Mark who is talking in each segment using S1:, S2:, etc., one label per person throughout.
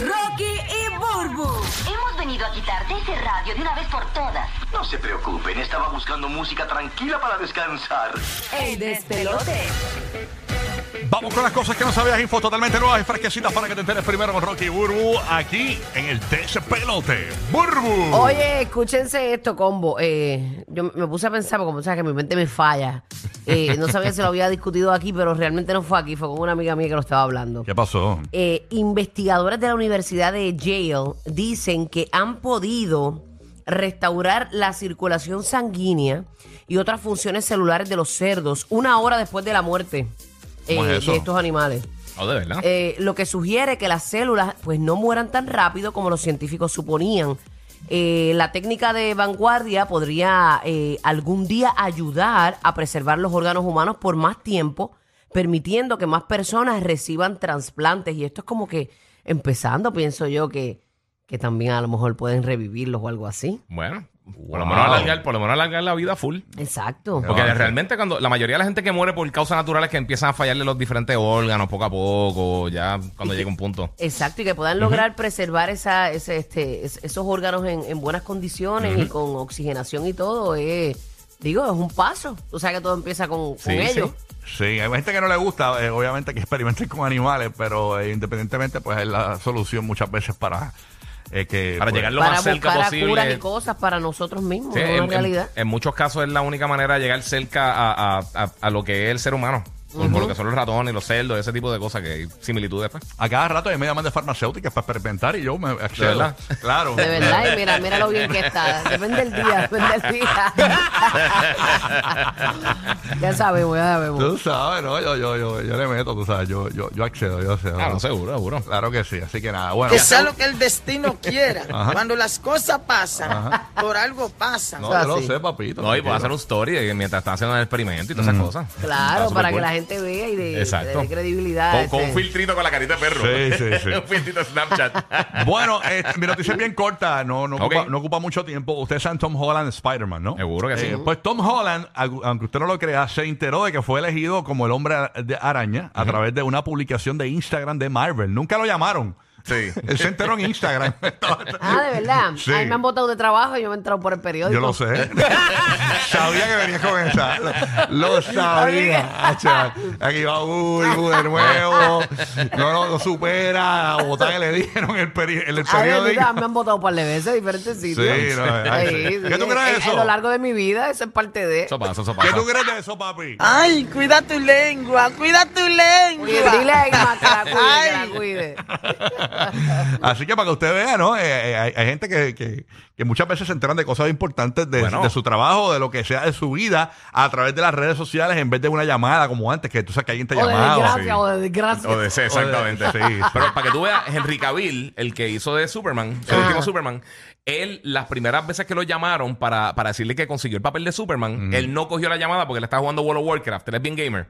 S1: Rocky y Burbu.
S2: Hemos venido a quitarte ese radio de una vez por todas.
S3: No se preocupen, estaba buscando música tranquila para descansar.
S1: El despelote.
S4: Vamos con las cosas que no sabías, info totalmente nuevas y fresquecitas para que te enteres primero con Rocky Burbu aquí en el Despelote. Burbu.
S5: Oye, escúchense esto, combo. Eh, yo me puse a pensar, porque como sabes que mi mente me falla. Eh, no sabía si lo había discutido aquí, pero realmente no fue aquí, fue con una amiga mía que lo estaba hablando.
S4: ¿Qué pasó?
S5: Eh, investigadores de la Universidad de Yale dicen que han podido restaurar la circulación sanguínea y otras funciones celulares de los cerdos una hora después de la muerte
S4: ¿Cómo
S5: eh,
S4: es eso?
S5: de estos animales.
S6: Oh,
S4: No, de verdad.
S5: Eh, lo que sugiere que las células pues no mueran tan rápido como los científicos suponían. Eh, la técnica de vanguardia podría eh, algún día ayudar a preservar los órganos humanos por más tiempo, permitiendo que más personas reciban trasplantes. Y esto es como que empezando, pienso yo, que, que también a lo mejor pueden revivirlos o algo así.
S6: Bueno, por,
S4: Wow.
S6: lo menos alargar, por lo menos alargar la vida full.
S5: Exacto.
S6: Porque
S4: Ah, sí.
S6: realmente cuando la mayoría de la gente que muere por causas naturales que empiezan a fallarle los diferentes órganos poco a poco, ya cuando llega un punto.
S5: Exacto, y que puedan lograr preservar esa, ese, este, es- esos órganos en, en buenas condiciones y con oxigenación y todo, eh, digo, es un paso. O sea que todo empieza con, con
S6: sí.
S5: ellos.
S4: Sí, hay gente que no le gusta, eh, obviamente, que experimenten con animales, pero eh, independientemente, pues es la solución muchas veces para eh, que.
S6: Para
S4: pues,
S6: llegar lo
S5: Para
S6: más cerca
S5: buscar a curas
S6: posible.
S5: y cosas para nosotros mismos,
S6: Sí,
S5: es una
S6: en, en-
S5: realidad.
S6: en muchos casos es la única manera de llegar cerca a, a- a- a lo que es el ser humano. Por- Por lo que son los ratones, los cerdos, ese tipo de cosas que hay similitudes. pues.
S4: A cada rato hay me llaman de farmacéuticas para experimentar y yo me accedo.
S6: verdad?
S4: Claro. Eh,
S5: De verdad, y mira, mira lo bien que está. Depende del día, depende del día. ya sabemos, ya sabemos.
S4: Tú sabes, no, yo, yo, yo, yo le meto, tú sabes, yo, yo, yo accedo, yo accedo.
S6: Claro, Ah, seguro, seguro.
S4: Claro que sí, así que nada, bueno.
S7: Que sea lo que el destino quiera.
S4: Ajá.
S7: Cuando las cosas pasan, por algo pasan.
S4: No, yo lo
S5: Así.
S4: sé, papito.
S6: No, y
S4: tranquilo.
S6: puedo hacer un story de- mientras está haciendo el experimento y todas esas cosas.
S5: Claro,
S6: Está
S5: para
S6: Ah, supercool.
S5: que la gente vea y de,
S6: Exacto.
S5: le dé credibilidad. este.
S6: Con,
S5: a
S6: con
S5: ese-
S6: un filtrito con la carita de perro.
S4: Sí, sí, sí.
S6: un filtrito de Snapchat.
S4: Bueno, eh, mi noticia es bien corta, no, no,
S6: Ok.
S4: ocupa, no ocupa mucho tiempo. Ustedes saben Tom Holland, Spider-Man, ¿no?
S6: Seguro que sí.
S4: Eh, pues Tom Holland, agu- aunque usted no lo crea, se enteró de que fue elegido como el hombre a- de araña a través de una publicación de Instagram de Marvel. Nunca lo llamaron.
S6: Sí.
S4: Él se enteró en Instagram.
S5: Ah, de verdad.
S4: Sí.
S5: A mí me han botado de trabajo y yo me he entrado por el periódico.
S4: Yo lo sé. sabía que venías con esa. Lo, lo sabía. Ah, chaval. Aquí va Burbu de nuevo. No, no, lo supera. La botada que le dieron el, peri- el, el
S5: A ver,
S4: periódico.
S5: mira, me han votado un par de veces en diferentes sitios.
S4: Sí, no, ay, sí. ¿Qué tú crees de
S5: En-
S4: eso?
S5: A lo largo de mi vida, eso es parte de.
S6: Eso pasa, eso
S4: ¿Qué
S6: pasa.
S4: tú crees de eso, papi?
S7: Ay, cuida tu lengua, cuida tu
S5: Y
S7: lengua.
S5: dile a Emma que la cuide, que
S7: Ay.
S5: la cuide.
S4: Así que para que usted vea, ¿no? Eh, eh, hay, hay gente que, que- que muchas veces se enteran de cosas importantes de,
S6: Bueno.
S4: de su trabajo, de lo que sea de su vida, a través de las redes sociales en vez de una llamada como antes, que tú sabes que alguien te
S5: O de
S4: llamaba.
S5: desgracia, o de desgracia.
S6: O de ese, exactamente.
S4: O de- sí, sí.
S6: Pero para que tú veas, Henry Cavill, el que hizo de Superman, el último Superman, él, las primeras veces que lo llamaron para, para decirle que consiguió el papel de Superman, él no cogió la llamada porque él estaba jugando World of Warcraft, él es bien gamer.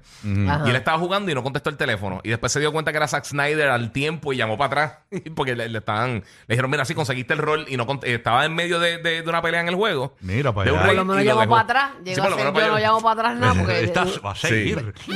S5: Ajá.
S6: Y él estaba jugando y no contestó el teléfono. Y después se dio cuenta que era Zack Snyder al tiempo y llamó para atrás. Porque le, le estaban, le dijeron, mira, si conseguiste el rol y no cont- eh, estaba en medio de, de- de una pelea en el juego.
S4: Mira para
S6: De un
S5: Por
S4: allá.
S6: rey
S5: lo
S6: y
S5: menos
S6: lo
S5: llamo
S6: dejó.
S5: para atrás.
S6: Sí,
S5: Llego
S6: por
S5: a
S6: lo
S5: ser
S6: menos para
S5: yo, no
S6: allá.
S5: llamo para atrás nada. Porque
S4: Estás, va a
S6: Sí.
S4: seguir.
S5: no,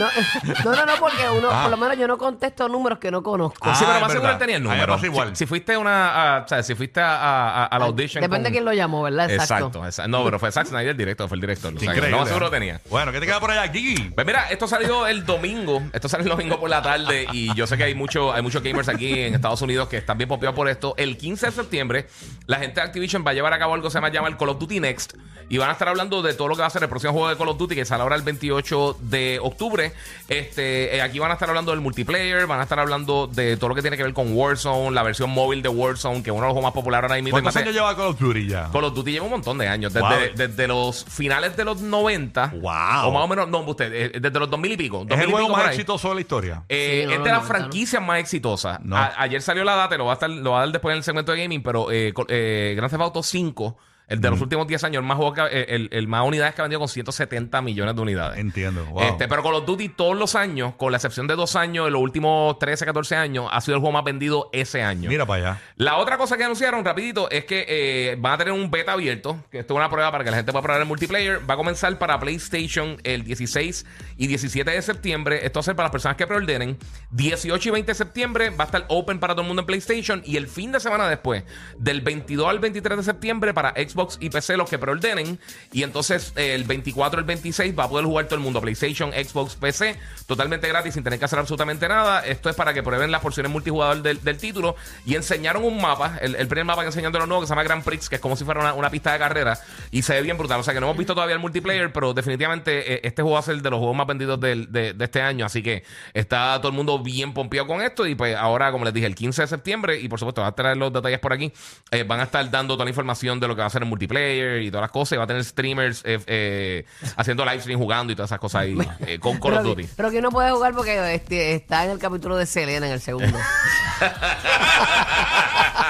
S5: no, no, no, porque uno, por lo menos yo no contesto números que no conozco.
S4: Ah,
S6: Pues sí, pero
S4: es
S6: más seguro
S4: verdad.
S6: él tenía el
S4: A mí me
S6: número.
S4: pasa igual.
S6: Si, si fuiste una, a- o sea, si fuiste a, a- a la audition.
S5: Depende de
S6: con-
S5: quién lo llamó, ¿verdad? Exacto.
S6: Exacto. exacto. No, pero fue Zack Snyder directo, fue el director. O sea, que
S4: Increíble.
S6: lo más seguro tenía.
S4: Bueno, ¿qué te queda por allá, Kiki?
S6: Pues mira, esto salió el domingo. Esto sale el domingo por la tarde. Y yo sé que hay mucho, hay muchos gamers aquí en Estados Unidos que están bien pompeados por esto. El 15 de septiembre, la gente de Activision va a llevar a cabo algo que se llama, llama el Call of Duty Next. Y van a estar hablando de todo lo que va a ser el próximo juego de Call of Duty, que sale ahora el 28 de octubre. Este, eh, aquí van a estar hablando del multiplayer, van a estar hablando de todo lo que tiene que ver con Warzone, la versión móvil de Warzone, que es uno de los juegos más populares ahora mismo.
S4: ¿Cuántos
S6: Mate-
S4: años lleva Call of Duty ya?
S6: Call of Duty lleva un montón de años, desde,
S4: Wow.
S6: desde los finales de los 90.
S4: Wow.
S6: O más o menos, no, usted, eh, desde los 2000 y pico. 2000
S4: Es
S6: y
S4: el juego
S6: pico por
S4: más
S6: ahí.
S4: exitoso de la historia.
S6: Eh,
S5: Sí, no,
S6: es
S5: no,
S6: de
S5: no, no,
S6: las
S5: no.
S6: franquicias más exitosas.
S4: No.
S6: A- ayer salió la data, lo va, a estar- lo va a dar después en el segmento de gaming, pero eh, co- eh, Grand Theft Auto 5 El de los últimos 10 años, el más, juego que- el, el- el más unidades que ha vendido con 170 millones de unidades.
S4: Entiendo. Wow.
S6: Este, pero Call of Duty todos los años, con la excepción de dos años, en los últimos 13, 14 años, ha sido el juego más vendido ese año.
S4: Mira para allá.
S6: La otra cosa que anunciaron rapidito es que eh, van a tener un beta abierto, que esto es una prueba para que la gente pueda probar el multiplayer. Va a comenzar para PlayStation el 16 y 17 de septiembre. Esto va a ser para las personas que preordenen. 18 y 20 de septiembre va a estar open para todo el mundo en PlayStation y el fin de semana después, del 22 al 23 de septiembre para Xbox y PC los que preordenen. Y entonces eh, el 24 al 26 va a poder jugar todo el mundo PlayStation, Xbox, PC, totalmente gratis sin tener que hacer absolutamente nada. Esto es para que prueben las porciones multijugador del, del título y enseñaron un mapa, el, el primer mapa que enseñaron de lo nuevo que se llama Grand Prix, que es como si fuera una, una pista de carrera y se ve bien brutal. O sea que no hemos visto todavía el multiplayer, pero definitivamente eh, este juego va a ser de los juegos más vendidos del- de, de este año. Así que está todo el mundo bien pompeado con esto y pues ahora, como les dije, el 15 de septiembre y por supuesto va a traer los detalles por aquí, eh, van a estar dando toda la información de lo que va a ser el multiplayer y todas las cosas y va a tener streamers eh, eh, haciendo live stream jugando y todas esas cosas ahí eh, con Call of
S5: Pero,
S6: Duty.
S5: pero que no puede jugar porque este, está en el capítulo de Selena en el segundo.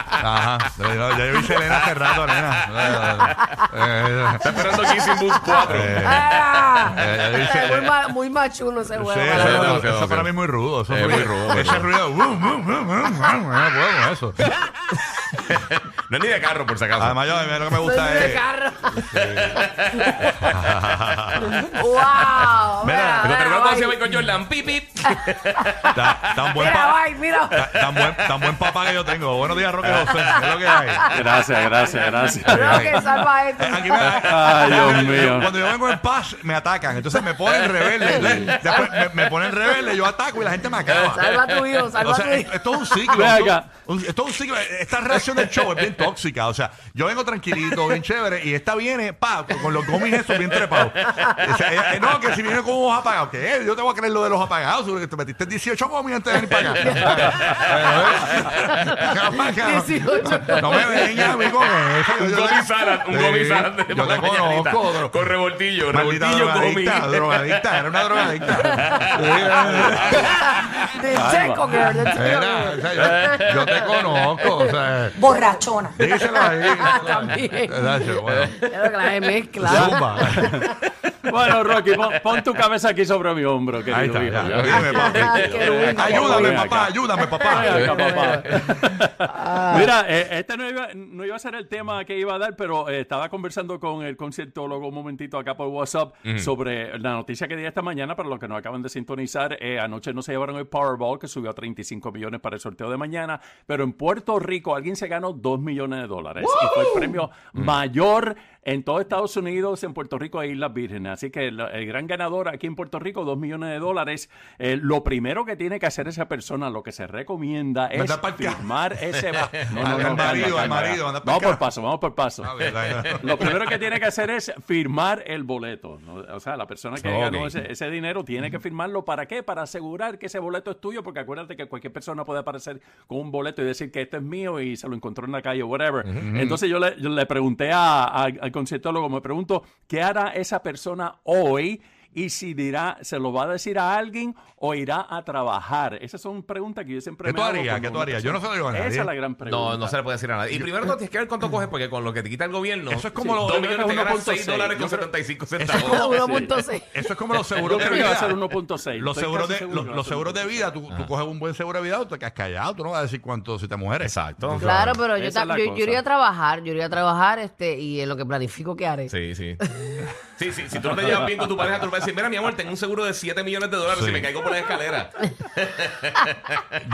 S4: Ajá. Yo, yo- yo vi Selena hace rato, nena. Eh,
S6: Está esperando Kissing Booth 4.
S4: eh,
S5: ¡Ah!
S4: Eh, eh, dice-
S5: muy, ma- muy machuno ese
S4: Sí,
S5: juego.
S4: eso-
S5: para-
S4: eso-
S6: demasiado,
S4: eso
S6: demasiado.
S4: para mí es muy rudo. Eso
S6: Eh,
S4: fue-
S6: muy rudo, muy
S4: Ese
S6: rudo.
S4: ruido. "Bum, bum, bum, bum, bum", No puedo con eso.
S6: No es ni de carro, por si acaso.
S4: Además, yo a mí lo que me
S5: Soy
S4: gusta
S5: de
S4: es.
S5: carro. ¡Wow!
S4: Mira,
S6: Pero terminó como
S5: bye.
S6: decía Michael Jordan, pip, pip.
S4: ta- Tan buen
S5: Mira,
S4: pa-
S5: bye, mira.
S4: ta- tan buen- tan buen papá que yo tengo. Buenos días, Roque José. ¿Qué es lo que hay?
S8: Gracias, gracias, gracias.
S5: Roque, salva este. esto.
S4: Eh, aquí me-
S8: Ay, Dios mío.
S4: Cuando yo vengo en paz, me atacan. Entonces me ponen rebelde. Entonces, después me, me ponen rebelde, yo ataco y la gente me acaba.
S5: Salva tu hijo,
S4: O
S5: salva tu
S4: sea, es,
S5: hijo.
S4: es todo un ciclo.
S8: Ve
S4: es todo-
S8: acá.
S4: un- es todo un ciclo. Esta relación del show es bien tóxica. O sea, yo vengo tranquilito, bien chévere, y esta viene, pa, con, con los gomis esos bien trepados. O sea, ella- eh, no, que si viene con ojos apagados, que eh, yo te voy a creer lo de los apagados, seguro que te metiste 18 gomis antes de venir para acá. Bueno, eh,
S5: 18.
S4: No me vengas a mí con eso. Yo-
S6: Un
S4: yo-
S6: gomi salad, un
S4: Sí,
S6: gomi salad. de
S4: Yo
S6: la
S4: te
S6: mañanita.
S4: conozco, dro-
S6: Con revoltillo,
S4: Maldita
S6: revoltillo gomi.
S4: drogadicta, drogadicta, era una drogadicta. Sí,
S5: De checo, girl, de checo,
S4: Era,
S5: girl.
S4: o sea, yo, yo te conozco, o sea,
S1: Borrachona.
S4: díselo ahí.
S5: Ah, También.
S4: Exacto, bueno.
S5: Claro que la de mezcla.
S4: Zumba.
S8: Bueno, Rocky, pon, pon tu cabeza aquí sobre mi hombro, querido
S4: Ahí está,
S8: hijo.
S4: ya, dime, papi.
S5: Qué
S4: Ayúdame,
S8: Ven acá.
S4: papá, ayúdame, papá.
S8: Ven acá, papá. Mira, eh, este no iba, no iba a ser el tema que iba a dar, pero eh, estaba conversando con el conciertólogo un momentito acá por WhatsApp sobre la noticia que di esta mañana, para los que nos acaban de sintonizar, eh, anoche no se llevaron el Powerball, que subió a 35 millones para el sorteo de mañana, pero en Puerto Rico alguien se ganó 2 millones de dólares y fue el premio
S4: Mm.
S8: mayor en todo Estados Unidos, en Puerto Rico e Islas Vírgenes. Así que el, el gran ganador aquí en Puerto Rico, 2 millones de dólares. Eh, lo primero que tiene que hacer esa persona, lo que se recomienda es
S4: da pa'l ca-
S8: firmar ese... va-
S4: Al marido,
S8: No, calma,
S4: al
S8: calma,
S4: marido,
S8: calma.
S4: anda pa'l
S8: Vamos por
S4: ca-
S8: paso, vamos por paso.
S4: A ver, a ver.
S8: Lo primero que tiene que hacer es firmar el boleto. ¿no? O sea, la persona que
S6: Ok.
S8: ganó ese, ese dinero tiene que firmarlo. ¿Para qué? Para asegurar que ese boleto es tuyo, porque acuérdate que cualquier persona puede aparecer con un boleto y decir que este es mío y se lo encontró en la calle o whatever. Entonces yo le, yo le pregunté a- a- al conciertólogo, me pregunto, ¿qué hará esa persona hoy? Y si dirá, se lo va a decir a alguien o irá a trabajar. Esas son preguntas que yo siempre
S4: ¿Qué
S8: me
S4: tú
S8: hago
S4: harías?
S8: cuando
S4: ¿Qué tú
S8: una
S4: harías? Yo no se lo digo a
S8: persona-
S4: nadie.
S8: Esa es la gran pregunta.
S6: No, no se le puede decir a nadie. Y primero no tienes que ver cuánto coges, porque con lo que te quita el gobierno.
S4: Eso es como los-
S6: los
S4: yo
S6: 2
S4: creo
S6: millones
S8: que
S6: te
S8: es
S6: ganas 6
S8: 1.6.
S6: dólares
S8: Yo
S6: con
S8: creo-
S6: 75
S4: Eso es
S6: centavos.
S4: como-
S5: 1.6
S4: Eso es como los
S8: Yo
S4: seguros de
S8: creo que va a
S4: vida.
S8: ser 1.6.
S4: Los
S8: Estoy
S4: seguros,
S8: casi
S4: de,
S8: seguro
S4: los,
S8: que va a
S4: los
S8: ser
S4: seguros de
S8: 1.6.
S4: vida, tú, tú coges un buen seguro de vida, tú te quedas callado, tú no vas a decir cuánto si te mueres.
S6: Exacto.
S5: Claro, pues. pero yo,
S8: Esa es
S5: ta-
S8: la
S5: yo, yo
S8: cosa.
S5: iría a trabajar, yo iría a trabajar este y en lo que planifico que haré.
S6: Sí, sí. Sí, sí. Si tú no te llevas bien con tu pareja, tú le vas a decir, mira, mi amor, tengo un seguro de 7 millones de dólares
S4: Sí.
S6: si me caigo por la escalera.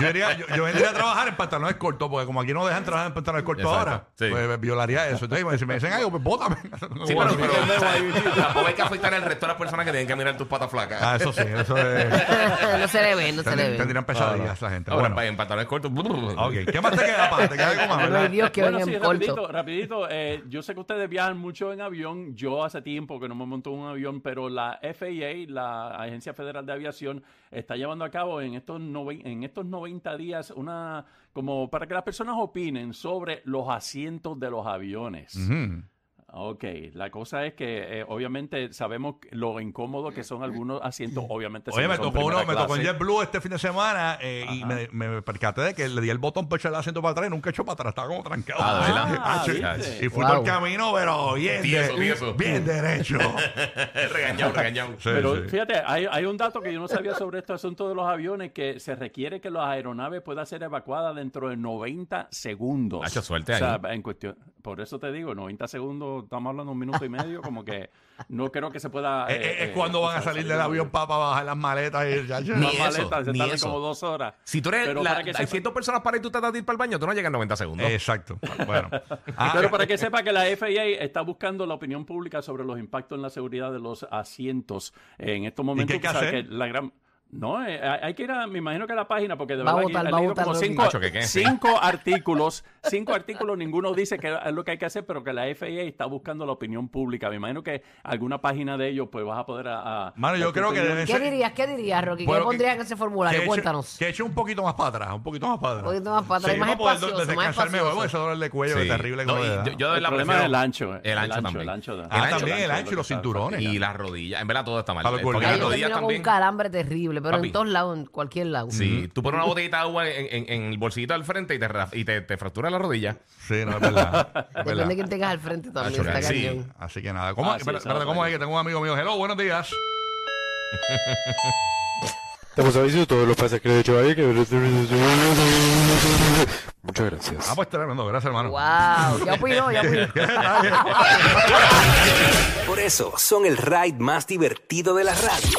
S4: Yo, iría, yo, yo vendría a trabajar en pantalones cortos, porque como aquí no dejan trabajar en pantalones cortos
S6: Exacto,
S4: ahora,
S6: sí.
S4: pues eh, violaría eso. Entonces, si me dicen algo, pues bótame. No
S6: Sí,
S4: voy a
S6: pero,
S4: decir.
S6: pero tampoco hay que afectar al resto de las personas que tienen que mirar tus patas flacas.
S4: Ah, eso sí, eso es.
S5: no se le ve, no se le ve.
S4: Tendrían pesadillas la gente.
S6: Ahora,
S4: Bueno,
S6: en pantalones cortos.
S4: ok. ¿Qué más te queda, pa? Te queda algo más,
S5: Ay,
S4: ¿verdad?
S5: Dios, que
S8: bueno,
S5: vengan
S8: sí,
S5: corto.
S8: rapidito, rapidito. eh, yo sé que ustedes viajan mucho en avión. Yo hace tiempo que no me monto en un avión, pero la FAA, la Agencia Federal de Aviación, está llevando a cabo en estos, noven- en estos 90 días una como para que las personas opinen sobre los asientos de los aviones. Ok, la cosa es que eh, obviamente sabemos lo incómodo que son algunos asientos,
S6: Este
S8: obviamente. si
S4: Oye,
S8: no
S4: me
S8: son
S4: tocó uno,
S8: primera
S4: me tocó en
S8: clase.
S4: JetBlue este fin de semana eh, y me, me percaté de que le di el botón para echar el asiento para atrás y nunca echó para atrás, estaba como trancado.
S6: Ah, ¿de verdad?
S4: Ah, sí.
S6: ¿viste?
S4: y fui
S5: Wow.
S4: por el camino, pero bien,
S6: Tieso,
S4: de-
S6: tieso.
S4: bien derecho.
S6: regañado, regañado.
S4: Sí, Eh,
S8: Pero
S4: sí.
S8: fíjate, hay, hay un dato que yo no sabía sobre este asunto de los aviones, que se requiere que las aeronaves puedan ser evacuadas dentro de 90 segundos.
S6: Hacho, suerte
S8: O sea,
S6: ahí.
S8: en cuestión, por eso te digo, 90 segundos, estamos hablando de un minuto y medio, como que no creo que se pueda...
S4: Eh,
S8: eh,
S4: eh, es
S8: eh,
S4: cuando van a
S8: salir
S4: salir del avión para, bajar las maletas y ya, ya.
S6: Ni
S8: Las
S6: eso,
S8: maletas, se
S6: ni
S8: tardan
S6: eso.
S8: como dos horas.
S6: Si tú eres.
S8: Pero
S6: la-
S8: para que
S6: hay
S8: sepa-
S6: 100 personas para y tú tratas de ir para el baño, tú no llegas en 90 segundos.
S4: Exacto. Bueno. Ah,
S8: Pero para que sepa que la FAA está buscando la opinión pública sobre los impactos en la seguridad de los asientos Eh, en estos momentos.
S4: qué hay que
S8: tú sabes
S4: hacer?
S8: que la gran... No, eh, hay hay que ir a, me imagino que a la página, porque de
S5: Va a votar,
S8: verdad aquí he
S5: va a
S8: leído
S5: votar,
S8: como
S5: Rocky.
S8: cinco,
S6: Macho, que qué.
S4: ¿eh?
S8: cinco artículos, cinco artículos, ninguno dice que es lo que hay que hacer, pero que la FAA está buscando la opinión pública. Me imagino que alguna página de ellos, pues vas a poder... A, a-
S4: mano, yo
S8: dar tu
S4: creo que
S8: opinión.
S4: debe
S5: ¿Qué
S4: ser.
S5: dirías, qué dirías, Rocky?
S4: Bueno,
S5: ¿Qué pondrías en ese
S4: que
S5: formulario?
S4: eche-
S5: Cuéntanos.
S4: Que eche un poquito más para atrás, un poquito más para atrás.
S5: Un poquito más para atrás,
S4: Sí,
S5: más
S4: para poder
S5: espacioso,
S4: des-
S5: más
S4: descansarme,
S5: espacioso.
S4: huevo, ese dolor de cuello
S6: Sí.
S4: que terrible que
S6: No,
S4: me
S6: y
S4: da.
S6: yo, yo de
S8: El
S6: verdad
S8: problema
S6: prefiero-
S8: es el ancho, eh.
S6: El ancho también.
S8: El ancho, da-
S4: Ah,
S6: El ancho
S4: también,
S8: es
S4: el
S8: lo
S4: ancho y
S8: que
S4: los
S8: está
S4: cinturones.
S8: fastidiando.
S6: Y las rodillas. En verdad todo está mal. Eh,
S4: Para los
S6: Porque
S4: golpes.
S5: Ay,
S6: las
S5: yo
S6: rodillas
S5: termino con un
S6: también.
S5: calambre terrible, pero
S6: Papi.
S5: en todos lados, en cualquier lado.
S4: Mm.
S6: Sí, tú pones una botellita de agua en, en- en el bolsillito del frente y te, ra- y te, te fractura la rodilla.
S4: Sí, no, es verdad. es
S5: Depende
S4: verdad.
S5: de quién tengas al frente también.
S6: Nacho,
S5: está
S6: sí.
S5: cañón.
S4: Así que nada. ¿Cómo,
S8: Ah, sí,
S4: espérate,
S8: esa
S4: espérate,
S8: otra
S4: ¿cómo es
S8: que-
S4: que tengo un amigo mío? Hello, buenos días.
S9: Estamos avisando todos los pasajeros de Chavalla que... Muchas gracias.
S4: Ah, pues tremendo. Gracias, hermano.
S5: Wow, ya opinó, ya opinó.
S10: Por eso son el ride más divertido de la radio.